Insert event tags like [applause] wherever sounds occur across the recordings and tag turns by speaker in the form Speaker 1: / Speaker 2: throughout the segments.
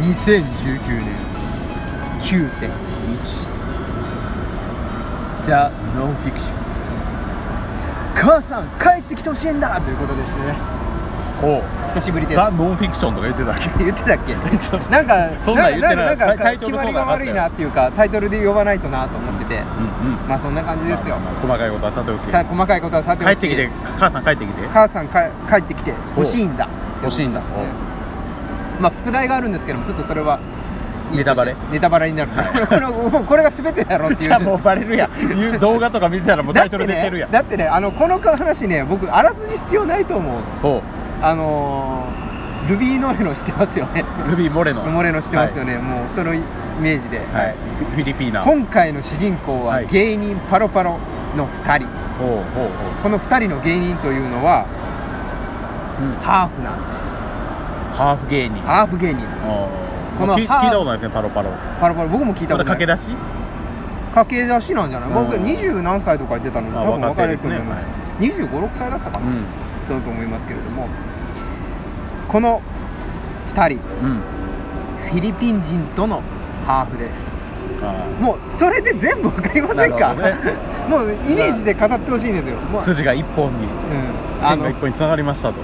Speaker 1: 2019年9.1ザ・ノンフィクション母さん帰ってきてほしいんだということでしてね
Speaker 2: ほう
Speaker 1: 久しぶりです
Speaker 2: ザ・ノンフィクションとか言ってたっけ
Speaker 1: 言ってたっけ
Speaker 2: 言ってた
Speaker 1: なんか
Speaker 2: そんなん言ってない
Speaker 1: んかなんか
Speaker 2: タイト
Speaker 1: 決
Speaker 2: ル
Speaker 1: ま
Speaker 2: そ
Speaker 1: り
Speaker 2: んなんなかっ
Speaker 1: が
Speaker 2: たよ
Speaker 1: 悪いなっていうかタイトルで呼ばないとなと思ってて
Speaker 2: うんうん
Speaker 1: まあそんな感じですよ
Speaker 2: まあまあ細かいことはさておき
Speaker 1: さあ細かいことはさてお
Speaker 2: 帰
Speaker 1: き
Speaker 2: ってきて母さん帰ってきて
Speaker 1: 母さんか帰ってきて欲しいんだ
Speaker 2: 欲しいんだ
Speaker 1: とうことですねまあ副題があるんですけどもちょっとそれは
Speaker 2: ネタバレ
Speaker 1: ネタバレになる
Speaker 2: はい
Speaker 1: [laughs] これこれもうこれが全てだろうっていう
Speaker 2: じゃあもうバレるやん言う
Speaker 1: [laughs]
Speaker 2: 動画とか見てたらもうタイトル出てるやん
Speaker 1: だってねだってねあのこの話ね僕あらすじ必要ないと思う
Speaker 2: ほ
Speaker 1: あのー、ルビーノレノ知ってますよね
Speaker 2: うルビー・モレノ
Speaker 1: モレノ知ってますよね、
Speaker 2: はい
Speaker 1: もうそのイメージで、
Speaker 2: はいフィフィリピーナ
Speaker 1: 今回の主人公は
Speaker 2: はい
Speaker 1: 芸人パロパロの2人、
Speaker 2: ほうほうほ
Speaker 1: この2人の芸人というのは
Speaker 2: う、うん
Speaker 1: ハーフなんです
Speaker 2: ハーフ芸人
Speaker 1: ハーフ芸人なんです
Speaker 2: あー
Speaker 1: この
Speaker 2: 聞聞い
Speaker 1: ハー
Speaker 2: たことないですねパロパロ
Speaker 1: パロパロ僕も聞いた
Speaker 2: ま
Speaker 1: こ
Speaker 2: だ
Speaker 1: とな
Speaker 2: 駆
Speaker 1: い
Speaker 2: け出し
Speaker 1: 駆け出しなんじゃない僕
Speaker 2: うん
Speaker 1: 二十何歳とか言ってたので
Speaker 2: あ
Speaker 1: 多分分
Speaker 2: 若
Speaker 1: か
Speaker 2: 手
Speaker 1: れ
Speaker 2: で
Speaker 1: ると
Speaker 2: す
Speaker 1: 思
Speaker 2: ね
Speaker 1: います2 5 6歳だったかな、
Speaker 2: うん
Speaker 1: だと思いますけれどもこの2人
Speaker 2: うん
Speaker 1: フィリピン人とのハーフです
Speaker 2: あー
Speaker 1: もうそれで全部わかりませんか、
Speaker 2: なるほどね
Speaker 1: [laughs] もうイメージで語ってほしいんですよもう,、
Speaker 2: 筋が一本に
Speaker 1: うん、あ
Speaker 2: 線が
Speaker 1: の
Speaker 2: 一本につながりましたと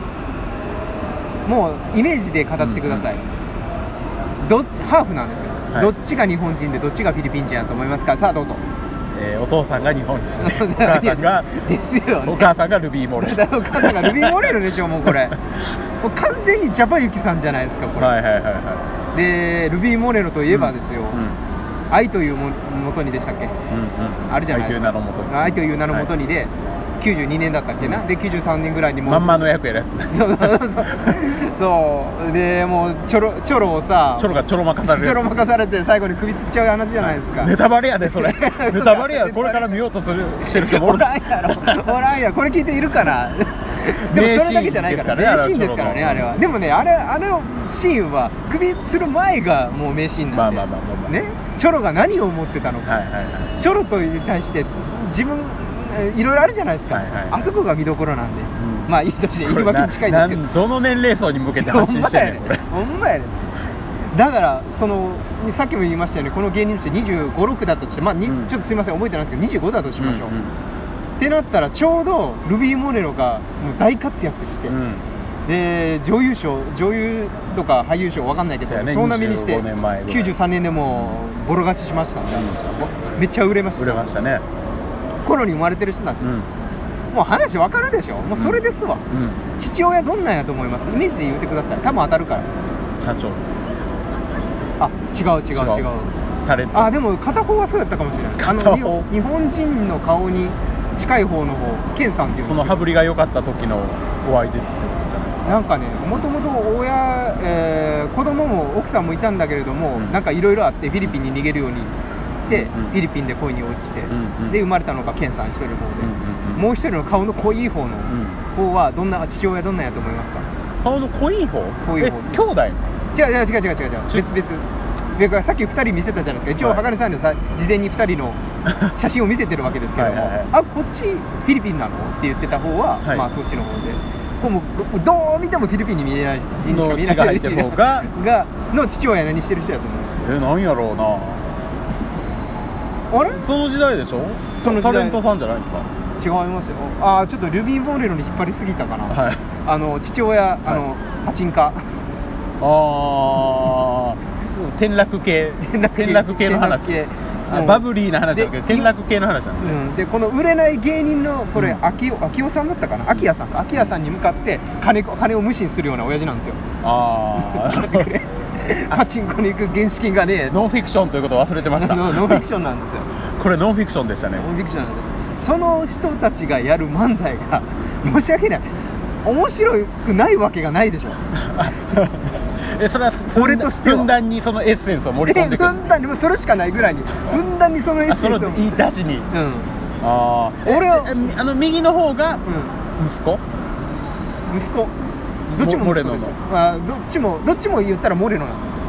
Speaker 1: もうイメージで語ってください、
Speaker 2: うん
Speaker 1: どっちハーフなんですよ、
Speaker 2: はい
Speaker 1: どっちが日本人でどっちがフィリピン人だと思いますかさあどうぞ
Speaker 2: えーお父さんが日本人でお
Speaker 1: [laughs] そうそう
Speaker 2: 母さん
Speaker 1: [laughs]
Speaker 2: が
Speaker 1: ですよね
Speaker 2: お母さんがルビー・モレノ
Speaker 1: [laughs] だからお母さんがルビーモレノでしょもう
Speaker 2: [laughs]
Speaker 1: これもう完全にジャパユキさんじゃないですかこれ、
Speaker 2: はいはいはいは
Speaker 1: でルビー・モレノと
Speaker 2: い
Speaker 1: いえばですよ、
Speaker 2: うん
Speaker 1: 愛というももとにでしたっけ、
Speaker 2: うんうんうん
Speaker 1: あるじゃないですか
Speaker 2: 愛という名のもとに
Speaker 1: 愛という名のもとにで、92年だったっけな、で93年ぐらいにもう
Speaker 2: まんまの役やるやつ
Speaker 1: [laughs] そうそうそうそうそうでもうチョロチョロをさ
Speaker 2: [laughs] チョロがちょろまかされる
Speaker 1: チョロまかされて最後に首つっちゃう話じゃないですか、
Speaker 2: ネタバレやでそ
Speaker 1: [laughs]
Speaker 2: れネタバレやこれから見ようとするしてる人もお
Speaker 1: お
Speaker 2: る
Speaker 1: らんや
Speaker 2: [laughs]
Speaker 1: ろおらんやこれ聞いているからで
Speaker 2: 名
Speaker 1: もそ
Speaker 2: シーン
Speaker 1: れだけじゃないから
Speaker 2: ですからね
Speaker 1: 名シーンですからね
Speaker 2: あ
Speaker 1: あ
Speaker 2: れ
Speaker 1: れ
Speaker 2: は
Speaker 1: はでもねあれあのシーンは首する前がもう名シーンなんで
Speaker 2: まあまあまあまあまあ
Speaker 1: ねチョロが何を思ってたのか、
Speaker 2: はいはいはい
Speaker 1: チョロとに対して自分えーいろいろあるじゃないですか、
Speaker 2: はいはい
Speaker 1: あそこが見どころなんで、
Speaker 2: うん
Speaker 1: まあいい年で入り
Speaker 2: これ
Speaker 1: 巻き
Speaker 2: な
Speaker 1: に近いんですけど
Speaker 2: なんどの年齢層に向けて発信してんねんこれ
Speaker 1: ほんまやねだからそのさっきも言いましたよねこの芸人として2 5 6だったとして、まあに
Speaker 2: うん
Speaker 1: ちょっとすいません覚えてないんですけど25だとしましょう、
Speaker 2: うん
Speaker 1: ってなったらちょうどルビー・モネロがもう大活躍して、
Speaker 2: うん
Speaker 1: で女優賞女優とか俳優賞わかんないけ
Speaker 2: そう
Speaker 1: ど、
Speaker 2: やね
Speaker 1: 総なめにして
Speaker 2: 25年前ぐらい
Speaker 1: 93年でもうボロ勝ちしましたね、めっちゃ売れました
Speaker 2: 売れましたね
Speaker 1: 頃に生まれてる人たち
Speaker 2: うん
Speaker 1: もう話わかるでしょもうそれです
Speaker 2: う
Speaker 1: わ、
Speaker 2: ん
Speaker 1: 父親どんなんやと思いますイメージで言ってください多分当たるから
Speaker 2: 社長
Speaker 1: あ違う違う違う
Speaker 2: タレント
Speaker 1: あでも片方はそうやったかもしれないあ
Speaker 2: 片方
Speaker 1: の日本日本人の顔に近い方の方ケンさんっていうん
Speaker 2: そ
Speaker 1: です
Speaker 2: の
Speaker 1: けど
Speaker 2: 羽振りが良かった時のお相手ってことじゃないですか
Speaker 1: なんかねもともと親、えー子供も奥さんもいたんだけれども、
Speaker 2: うん
Speaker 1: なんかいろいろあってフィリピンに逃げるようにで、
Speaker 2: うん
Speaker 1: フィリピンで恋に落ちて、
Speaker 2: うんうん
Speaker 1: で生まれたのがケンさん一人の方で、
Speaker 2: うんうんうん
Speaker 1: もう一人の顔の濃い方の
Speaker 2: ん
Speaker 1: 方はどんな父親どんなんやと思いますか
Speaker 2: 顔の濃い方
Speaker 1: 濃い
Speaker 2: え兄
Speaker 1: 方
Speaker 2: 弟 [laughs]
Speaker 1: 違う違う違う違う違う違う
Speaker 2: ちょ
Speaker 1: 別々別々さっき2人見せたじゃないですか一応
Speaker 2: はい
Speaker 1: はかねさんにはさ事前に2人の [laughs] 写真を見せてるわけですけども
Speaker 2: はいはいはい
Speaker 1: あこっちフィリピンなのって言ってた方は、
Speaker 2: はい
Speaker 1: まあそっちの方でこうもうどう見てもフィリピンに見えない人にしか見えない
Speaker 2: の血が入ってる方が
Speaker 1: [laughs] がの父親何してる人やと思うんですよ
Speaker 2: えなんやろうな
Speaker 1: あれ
Speaker 2: その時代でしょ
Speaker 1: その時代
Speaker 2: タレントさんじゃないですか
Speaker 1: 違いますよああちょっとルビー・ボーレロに引っ張りすぎたかな、
Speaker 2: はい
Speaker 1: あの父親あの、
Speaker 2: は
Speaker 1: パチンカ
Speaker 2: ああ、そう転落系
Speaker 1: 転落系
Speaker 2: 転落系の話
Speaker 1: 転落系
Speaker 2: あ
Speaker 1: うん
Speaker 2: バブリーな話だけど
Speaker 1: で
Speaker 2: 転落系の話なんで、
Speaker 1: うん、でこの売れない芸人のこれ
Speaker 2: うん
Speaker 1: 秋代秋代さんだったかな秋谷さんか秋谷さんに向かって金子金を無視するような親父なんですよ
Speaker 2: あ
Speaker 1: [laughs]
Speaker 2: あ [laughs]
Speaker 1: パチンコに行く原資金がねえ
Speaker 2: ノンフィクションということを忘れてました
Speaker 1: [laughs] ノノンフィクション
Speaker 2: な
Speaker 1: なんですよ
Speaker 2: これノンフィクションでした
Speaker 1: [laughs]
Speaker 2: ね
Speaker 1: ノンフィクションなんですよその人たちがやる漫才が申し訳ない面白くないわけがないでしょ
Speaker 2: えそれはふん
Speaker 1: 俺としては
Speaker 2: ふんだんにそのエッセンスを盛り込んで
Speaker 1: で
Speaker 2: く
Speaker 1: ふ
Speaker 2: る
Speaker 1: んだんにもうそれしかないぐらいにふんだんにそのエッ
Speaker 2: あ
Speaker 1: セ
Speaker 2: そ
Speaker 1: ンスを
Speaker 2: のいい出しに
Speaker 1: うん
Speaker 2: ああ
Speaker 1: 俺は
Speaker 2: あの右の方が
Speaker 1: う
Speaker 2: 息子
Speaker 1: ん息子どっちも息子ですよ
Speaker 2: モレノ
Speaker 1: あどっちもどっちも言ったらモレノなんですよ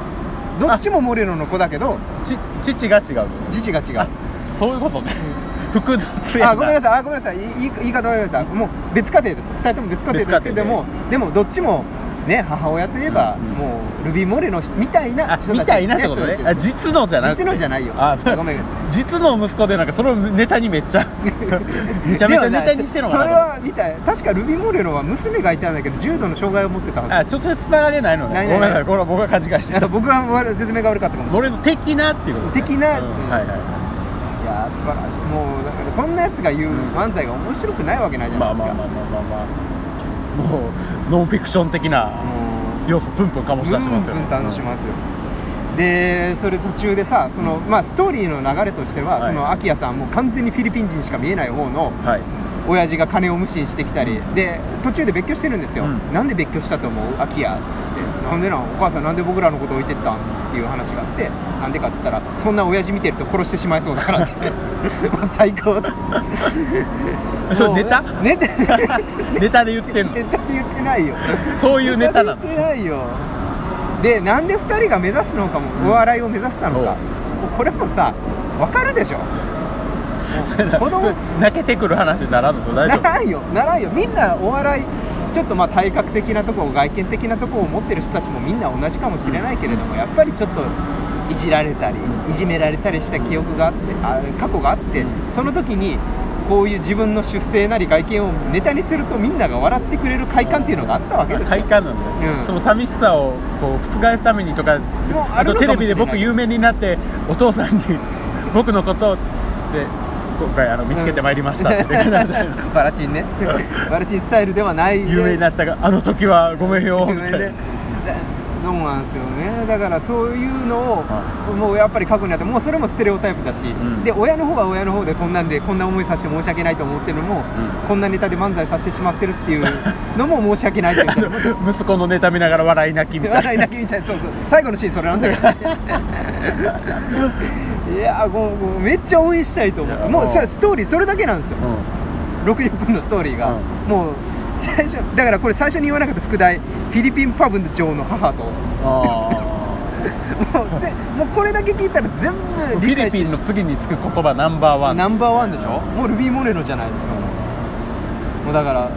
Speaker 1: どっちもモレノの子だけど
Speaker 2: ち父が違う
Speaker 1: 父が違う
Speaker 2: あそういうことね、複雑やな
Speaker 1: あごめんなさいあごめんなさいいい言い方ごめんなさいもう別家庭です2人とも別家庭ですけどもでもどっちもね、母親といえば、
Speaker 2: うんうん
Speaker 1: もうルビー・モレノみたいな
Speaker 2: あ
Speaker 1: 人たち
Speaker 2: みたいなってことね
Speaker 1: 人た
Speaker 2: あ
Speaker 1: ち
Speaker 2: 実のじゃなくて
Speaker 1: 実のじゃないよ
Speaker 2: あそう
Speaker 1: ごめん
Speaker 2: 実の息子でなんかそのネタにめっ
Speaker 1: [laughs]
Speaker 2: ちゃ [laughs] めちゃめちゃネタにしてるのかな
Speaker 1: でもそれは見たい確かルビー・モレノは娘がいたんだけど重度の障害を持ってたはず [laughs]
Speaker 2: あちょっとつながりないのね
Speaker 1: ないない
Speaker 2: ごめんなさいこれは僕が勘違いしてた
Speaker 1: 僕は悪い説明が悪かったかもしれ
Speaker 2: そ
Speaker 1: ない
Speaker 2: れの的なっていうことね
Speaker 1: 的な
Speaker 2: うん
Speaker 1: うん
Speaker 2: はいはい
Speaker 1: やー素晴らしいもうだからそんなやつが言う漫才が面白くないわけない
Speaker 2: い
Speaker 1: じゃ
Speaker 2: ま
Speaker 1: な
Speaker 2: あ
Speaker 1: いで
Speaker 2: ま
Speaker 1: すか
Speaker 2: あまあまあまあまあもうノンフィクション的な
Speaker 1: もう
Speaker 2: 要素プンプン醸し出してますよね
Speaker 1: ブンブン楽しますよ、でそれ途中でさその、まあ、ストーリーの流れとしては、
Speaker 2: はい
Speaker 1: そのアキヤさんもう完全にフィリピン人しか見えない方の
Speaker 2: うんはい
Speaker 1: 親父が金を無視してきたり、で途中で別居してるんですよ、
Speaker 2: うん
Speaker 1: なんで別居したと思う、アキヤって、なんでなん、お母さん、なんで僕らのこと置いてったんっていう話があって、なんでかって言ったら、そんな親父見てると殺してしまいそうだからって、
Speaker 2: [laughs]
Speaker 1: もう最高だ
Speaker 2: それネタ
Speaker 1: [laughs] もう
Speaker 2: [laughs]
Speaker 1: ネタ
Speaker 2: ネタで言ってんの
Speaker 1: ネタで言ってないよ、
Speaker 2: [laughs] そういうネタなの
Speaker 1: で言ってないよ、で、なんで2人が目指すのかも、お笑いを目指したのか、もうこれもさ、分かるでしょ。
Speaker 2: [laughs]
Speaker 1: もう子供
Speaker 2: 泣けてくる話にならんのそれ大丈
Speaker 1: な
Speaker 2: 夫
Speaker 1: らんよならんよみんなお笑いちょっとまあ体格的なところ外見的なところを持ってる人たちもみんな同じかもしれないけれども、やっぱりちょっといじられたりいじめられたりした記憶があってあ過去があって、
Speaker 2: うん
Speaker 1: その時にこういう自分の出生なり外見をネタにするとみんなが笑ってくれる快感っていうのがあったわけですよ
Speaker 2: 快感なんで、
Speaker 1: うん
Speaker 2: その寂しさをこう覆すためにとか
Speaker 1: もう
Speaker 2: あ
Speaker 1: あ
Speaker 2: と
Speaker 1: るのかもしれない
Speaker 2: テレビで僕有名になってお父さんに僕のことをで今回あの見つけてまいりましたって言ってくれたじゃない
Speaker 1: [laughs] バラチンねバラチンスタイルではない
Speaker 2: 有名になったがあの時はごめんよみたいな、
Speaker 1: ねそうなんですよねだからそういうのを、
Speaker 2: は
Speaker 1: もうやっぱり過去にあってもうそれもステレオタイプだし、
Speaker 2: ん
Speaker 1: で親の方は親の方でこんなんでこんな思いさせて申し訳ないと思ってるのも、
Speaker 2: うん
Speaker 1: こんなネタで漫才させてしまってるっていうのも申し訳ないという
Speaker 2: あ [laughs]
Speaker 1: かもっと
Speaker 2: の息子のネタ見ながら笑い泣きみたいな
Speaker 1: 笑い泣きみたいなそうそう最後のシーンそれなんだけ
Speaker 2: [laughs]
Speaker 1: どいやもうもうめっちゃ応援したいと思
Speaker 2: いうや
Speaker 1: もう
Speaker 2: もう
Speaker 1: さストーリーそれだけなんですよ、
Speaker 2: うん
Speaker 1: 60分のストーリーが、
Speaker 2: うん
Speaker 1: もう最初だからこれ最初に言わなかった副題「フィリピンパブの女王の母と」もうぜもうこれだけ聞いたら全
Speaker 2: フ
Speaker 1: 部理
Speaker 2: ィリ
Speaker 1: 解し
Speaker 2: ピンの次につく言葉ナンバーワン
Speaker 1: ナンバーワンでしょもうルビー・モレノじゃないですかもうもうだから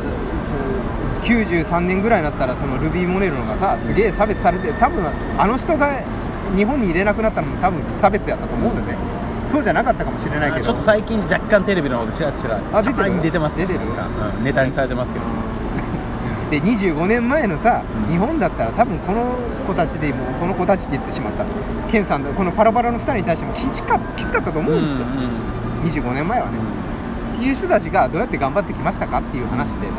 Speaker 1: そう93年ぐらいになったらそのルビー・モレノがさすげえ差別されて多分あの人が日本に入れなくなったのも多分差別やったと思うので、ね、そうじゃなかったかもしれないけど
Speaker 2: ちょっと最近若干テレビの方でちらちら
Speaker 1: あ出てる
Speaker 2: たまに出てますね
Speaker 1: 出てる
Speaker 2: うんネタにされてますけど、
Speaker 1: で25年前のさ、
Speaker 2: うん
Speaker 1: 日本だったら多分この子たちでもうこの子たちって言ってしまったケンさんとこのパラパラの2人に対してもきつかきつかったと思うんですよ、25年前はね、っていう人たちがどうやって頑張ってきましたかっていう話でさ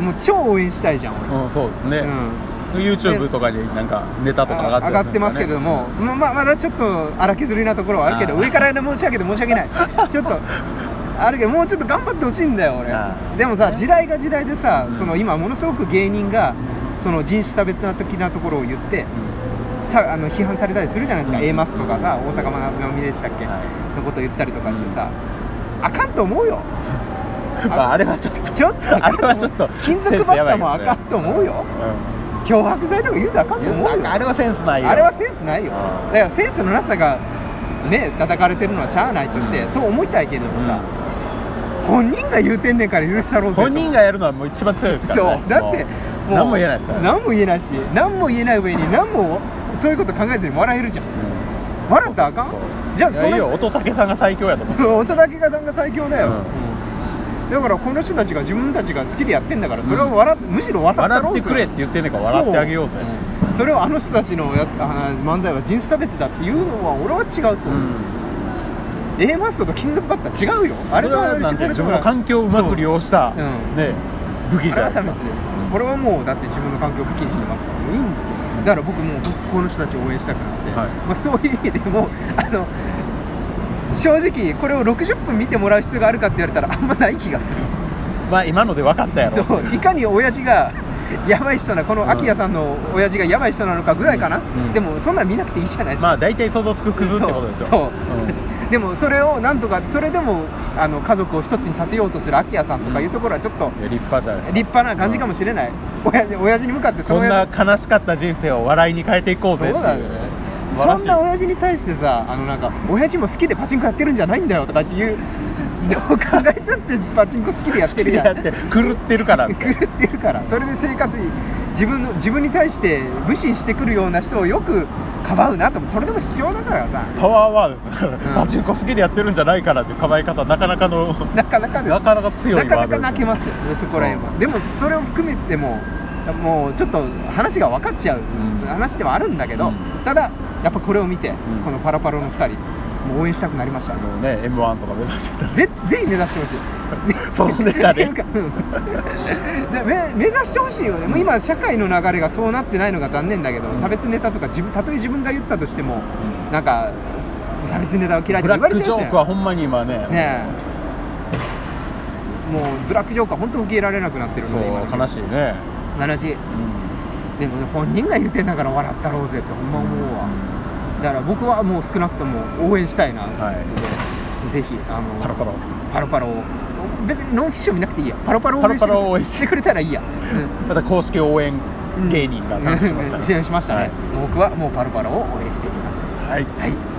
Speaker 1: もう超応援したいじゃん俺、
Speaker 2: うんそうですね、
Speaker 1: うん
Speaker 2: YouTube とかになんかネタとか上がって,、
Speaker 1: 上がってますけれども、まあまあまだちょっと荒削りなところはあるけど
Speaker 2: あー
Speaker 1: 上から申し訳ない申し訳ない
Speaker 2: [laughs]
Speaker 1: ちょっとあるけどもうちょっと頑張ってほしいんだよ
Speaker 2: あ
Speaker 1: 俺
Speaker 2: ー
Speaker 1: でもさ時代が時代でさ、
Speaker 2: うん
Speaker 1: その今ものすごく芸人がその人種差別な的なところを言って、さあの批判されたりするじゃないですか、
Speaker 2: うん
Speaker 1: A マスとかさ大阪まなみでしたっけ、
Speaker 2: は
Speaker 1: のことを言ったりとかしてさ、あかんと思うよ
Speaker 2: まあ、あれはちょっと
Speaker 1: ちょっと
Speaker 2: あれはちょっと
Speaker 1: 金属バッタもあかんと思うよ脅迫罪とか言うとあかんと思う
Speaker 2: なん
Speaker 1: よ
Speaker 2: かあれはセンスないよ
Speaker 1: あれはセンスないよだ
Speaker 2: あー
Speaker 1: からセンスのなさがね叩かれてるのはしゃあないとして、
Speaker 2: うん
Speaker 1: そう思いたいけれどもさ、本人が言うてんねんから許したろうぜと
Speaker 2: 本人がやるのはもう一番強いですから、ね
Speaker 1: そ、うだって
Speaker 2: もう何も言えないですから、
Speaker 1: 何も言えないし何も言えない上に何もそういうこと考えずに笑えるじゃん笑ったらあかんじ
Speaker 2: じ
Speaker 1: ゃ
Speaker 2: ゃ
Speaker 1: あ
Speaker 2: あ
Speaker 1: この
Speaker 2: いいよ乙武さんが最強やと思う
Speaker 1: [laughs] そう音だけがさんが最強だよ、
Speaker 2: うん
Speaker 1: うんだからこの人たちが自分たちが好きでやってんだからそれは笑っ、むしろ [laughs] 笑った
Speaker 2: 笑
Speaker 1: ろう
Speaker 2: ってくれって言ってんねんから笑ってあげようぜ
Speaker 1: そそれをあの人たちのやつあ漫才は人種差別だっていうのは俺は違うと
Speaker 2: う
Speaker 1: 思う、
Speaker 2: ん
Speaker 1: A マストと金属バッター違うよあれ
Speaker 2: そ
Speaker 1: と
Speaker 2: はなんて自分の環境をうまく利用した、
Speaker 1: そううん
Speaker 2: ね武器じゃ
Speaker 1: あれ
Speaker 2: な
Speaker 1: はい
Speaker 2: ですか
Speaker 1: 差別ですこれはもうだって自分の環境を武器にしてますからもういいんですよだから僕もう本当この人たちを応援したくなって、
Speaker 2: はい
Speaker 1: まあ、そういう意味でもあの正直これを60分見てもらう必要があるかって言われたらあんまない気がする
Speaker 2: まあ今ので分かったやろ
Speaker 1: そういかに親父がやばい人なこの秋谷さんの親父がやばい人なのかぐらいかな、
Speaker 2: うんうん
Speaker 1: でもそんなん見なくていいじゃないですか、
Speaker 2: まあ大体想像つくクズってことでしょ
Speaker 1: そう、
Speaker 2: ん
Speaker 1: でもそれをなんとかそれでもあの家族を一つにさせようとする秋谷さんとかいうところはちょっと
Speaker 2: いや立派じゃないですか
Speaker 1: 立派な感じかもしれない、親父親父に向かって
Speaker 2: そん
Speaker 1: 親
Speaker 2: な
Speaker 1: 父
Speaker 2: 悲しかった人生を笑いに変えていこう
Speaker 1: そ
Speaker 2: ぜ
Speaker 1: う
Speaker 2: っていう
Speaker 1: だね
Speaker 2: 素晴
Speaker 1: そ
Speaker 2: らしい [laughs]
Speaker 1: んな親父に対してさあのなんか親父も好きでパチンコやってるんじゃないんだよとかっていうどう考えたってパチンコ好きでやってるやん
Speaker 2: 好きでやって狂ってる
Speaker 1: [laughs]
Speaker 2: から
Speaker 1: 狂ってるからそれで生活に自分の自分に対して無視してくるような人をよくかばうなと思ってそれでも必要だからさ
Speaker 2: パワーワードですね、
Speaker 1: うん
Speaker 2: パチンコ好きでやってるんじゃないからって構え方なかなかの
Speaker 1: なかなかです
Speaker 2: なかなか強いワード
Speaker 1: なかなか泣けますよねそこら辺は、
Speaker 2: うん
Speaker 1: でもそれを含めてももうちょっと話が分かっちゃう、
Speaker 2: うん
Speaker 1: 話ではあるんだけど、
Speaker 2: うん
Speaker 1: ただやっぱこれを見て、
Speaker 2: ん
Speaker 1: このパラパラの2人もう応援したくなりました
Speaker 2: もうね m 1とか目指してたら
Speaker 1: ぜぜひ目指してほしい
Speaker 2: [laughs] そのネタで
Speaker 1: [laughs] っていうかうん [laughs] で目目指してほしいよねもう今社会の流れがそうなってないのが残念だけど、
Speaker 2: うん
Speaker 1: 差別ネタとか自分たとえ自分が言ったとしても、
Speaker 2: うん
Speaker 1: なんか差別ネタを嫌
Speaker 2: ブ
Speaker 1: いとか
Speaker 2: ラ
Speaker 1: 言わ
Speaker 2: ッ
Speaker 1: れ
Speaker 2: ク
Speaker 1: ち
Speaker 2: ジ
Speaker 1: ゃ
Speaker 2: ョ
Speaker 1: うじゃ
Speaker 2: ー
Speaker 1: ん
Speaker 2: クはほんまに今ね
Speaker 1: ねえもうブラックジョークは本当受け入れられなくなってるの
Speaker 2: そう
Speaker 1: で今ね
Speaker 2: 悲しいね、
Speaker 1: 悲しい
Speaker 2: うん
Speaker 1: でもね本人が言ってんだから笑ったろうぜってほんま思うわ、だから僕はもう少なくとも応援したいなので、ぜひあの
Speaker 2: パロパロ
Speaker 1: パロパロを別にノンフィッション見なくていいやパロパロを
Speaker 2: パロパロを
Speaker 1: 応
Speaker 2: 応
Speaker 1: 援
Speaker 2: 援
Speaker 1: し
Speaker 2: して
Speaker 1: くれたらいいや、
Speaker 2: また公式応援
Speaker 1: うん
Speaker 2: 芸人が誕生しました
Speaker 1: [laughs] しましたね、
Speaker 2: はい
Speaker 1: 僕はもうパロパロを応援していきます
Speaker 2: はい
Speaker 1: はい